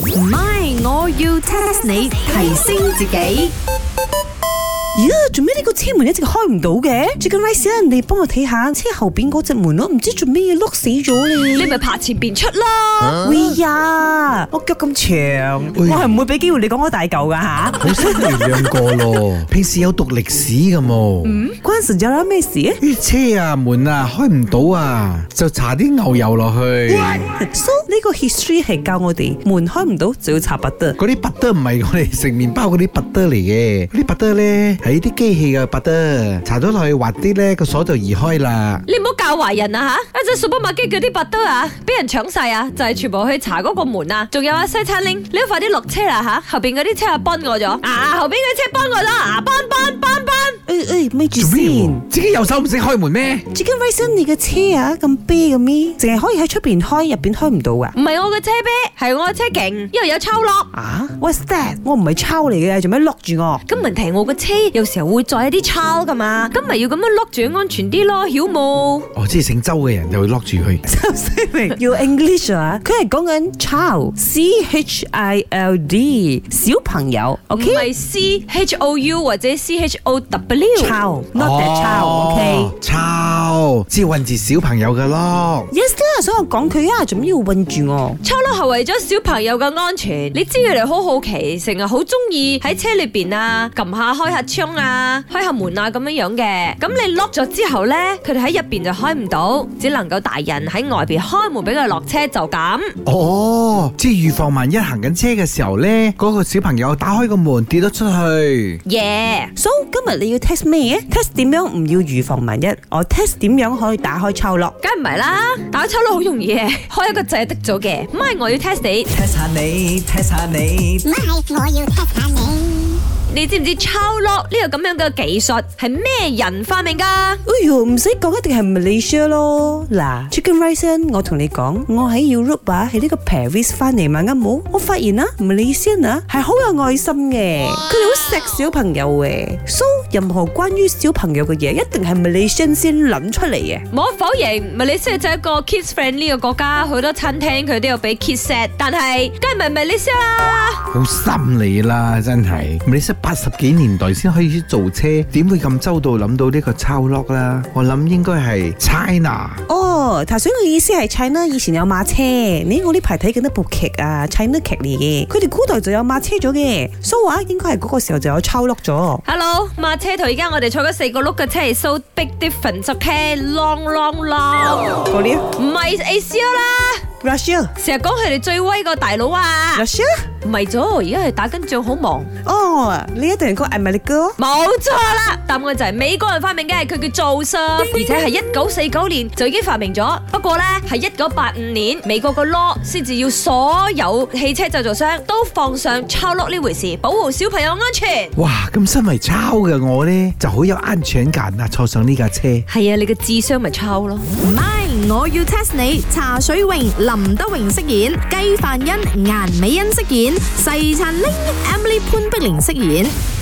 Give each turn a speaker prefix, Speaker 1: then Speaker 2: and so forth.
Speaker 1: 唔係，我要 test 你提升自己。
Speaker 2: 呀，做咩呢個車門一直開唔到嘅？最近 Rice 人哋幫我睇下車後邊嗰隻門咯，唔知做咩嘢碌死咗
Speaker 3: 你
Speaker 2: 咧。
Speaker 3: 咪爬前邊出啦！
Speaker 2: 喂呀，我腳咁長，
Speaker 4: 哎呀
Speaker 2: 我係唔會俾機會你講我大嚿噶吓。
Speaker 4: 好犀利兩個咯，嗯平時有讀歷史嘅冇。
Speaker 2: 嗰陣時有啦咩事啊
Speaker 4: 啲車啊門啊開唔到啊，就搽啲牛油落去。
Speaker 2: ？So 呢個 history 係教我哋門開唔到就要插拔得。
Speaker 4: 嗰啲 butter 唔係我哋食麵包嗰啲 butter 嚟嘅，嗰啲 butter 咧係啲機器嘅 butter，搽咗落去滑啲咧個鎖就移開啦。
Speaker 3: 你唔好教壞人啊吓！一隻 supermarket 嗰啲 butter 啊，俾人搶晒啊，就係全部去查嗰個門啊！仲有啊西餐拎，你都快啲落車啦吓！後邊嗰啲車啊幫我咗啊，後邊嗰啲車幫我啦啊，幫幫幫幫！
Speaker 2: 誒誒，咪住
Speaker 4: 做咩
Speaker 2: 先
Speaker 4: 喎。？自己右手唔識開門咩？
Speaker 2: 最近 Rice 你嘅車啊咁啤咁咩？淨係可以喺出邊開，入邊開唔到啊？
Speaker 3: 唔係我嘅車啤，係我嘅車勁，因為有抽落。
Speaker 2: 啊，what's that？我唔係抄嚟嘅，做咩 lock 住我？
Speaker 3: 咁問題我嘅車有時候會載一啲抄噶嘛，咁咪要咁樣 lock 住安全啲咯，曉冇？
Speaker 4: 我知哦姓周嘅人就會 lock 住佢。
Speaker 2: 周星明 要 English 啊，佢係講緊 child，C H I L D 小朋友
Speaker 3: 唔
Speaker 2: ，OK？
Speaker 3: 係 C H O U 或者 C H O W。
Speaker 2: child，not
Speaker 3: 哦
Speaker 2: that
Speaker 4: 哦
Speaker 2: child，OK？
Speaker 4: 抄，即係混住小朋友嘅咯。
Speaker 2: Yes 啦，所以我講佢啊，做咩要韞住我？
Speaker 3: 抽咯係為咗小朋友嘅安全，你知佢哋好好奇，成日好中意喺車裏邊啊，撳下開下窗啊，開下門啊咁樣樣嘅。咁你 lock 咗之後呢，佢哋喺入邊就開唔到，只能夠大人喺外邊開門俾佢落車就咁。
Speaker 4: 哦，即係預防萬一行緊車嘅時候呢，嗰、個小朋友打開個門跌咗出去。
Speaker 3: 耶、
Speaker 2: So 今日你要 test 咩嘢？test 點樣唔要預防萬一？我 test 點樣可以打開抽落？
Speaker 3: 梗唔係啦，打抽咯好容易嘅， 開一個掣就得咗嘅。唔係我要 test 你。
Speaker 5: test 下你，test 下你
Speaker 6: 咪，我要 test 下你。
Speaker 3: 你知唔知抄 lock 呢個咁樣嘅技術係咩人發明㗎？
Speaker 2: 哎呦，唔使講，一定係 Malaysia 咯。嗱，Chicken Rice，我同你講，我喺 Europe 啊，喺呢個 Paris 翻嚟嘛，啱冇？我發現啦，Malaysia 啊係好有愛心嘅，佢哋好錫小朋友嘅。So 任何關於小朋友嘅嘢，一定係 Malaysia 先諗出嚟嘅。
Speaker 3: 冇可否認，唔係你先係一個 kids friendly 嘅國家，好多餐廳佢都有俾 kids set，但係梗係唔係咪你先啦？
Speaker 4: 好心你啦，真係！你識八十幾年代先可以做車，點會咁周到諗到呢個抄 lock 啦？我諗應該係 China。
Speaker 2: 哦，頭先嘅意思係 China 以前有馬車，你我呢排睇緊一部劇啊，China 劇嚟嘅，佢哋古代就有馬車咗嘅，所以話應該係嗰個時候就有抄碌咗。
Speaker 3: Hello，馬車頭而家我哋坐咗四個轆嘅車係 so big difference，OK，long long long，
Speaker 2: 嗰啲
Speaker 3: 唔係 ACL 啦，
Speaker 2: Russia，Russia，
Speaker 3: 成日講佢哋最威個大佬啊，唔係咗，而家係打緊仗好忙，
Speaker 2: 哦，你一定係講 America。
Speaker 3: 冇錯啦，答案就係美國人發明嘅，佢叫做 Joseph，而且係一九四九年就已經發明咗。不過呢，係一九八五年美國個 law 先至要所有汽車製造商都放上 child lock 呢回事，保護小朋友安全。
Speaker 4: 哇！咁身為抄嘅我呢，就好有安全感啦，坐上呢架車。
Speaker 3: 係啊，你嘅智商咪 child 咯。
Speaker 1: 唔係，我要 test 你。茶水榮、林德榮飾演，雞凡欣、顏美欣飾演，細陳玲、Emily 潘碧玲飾演。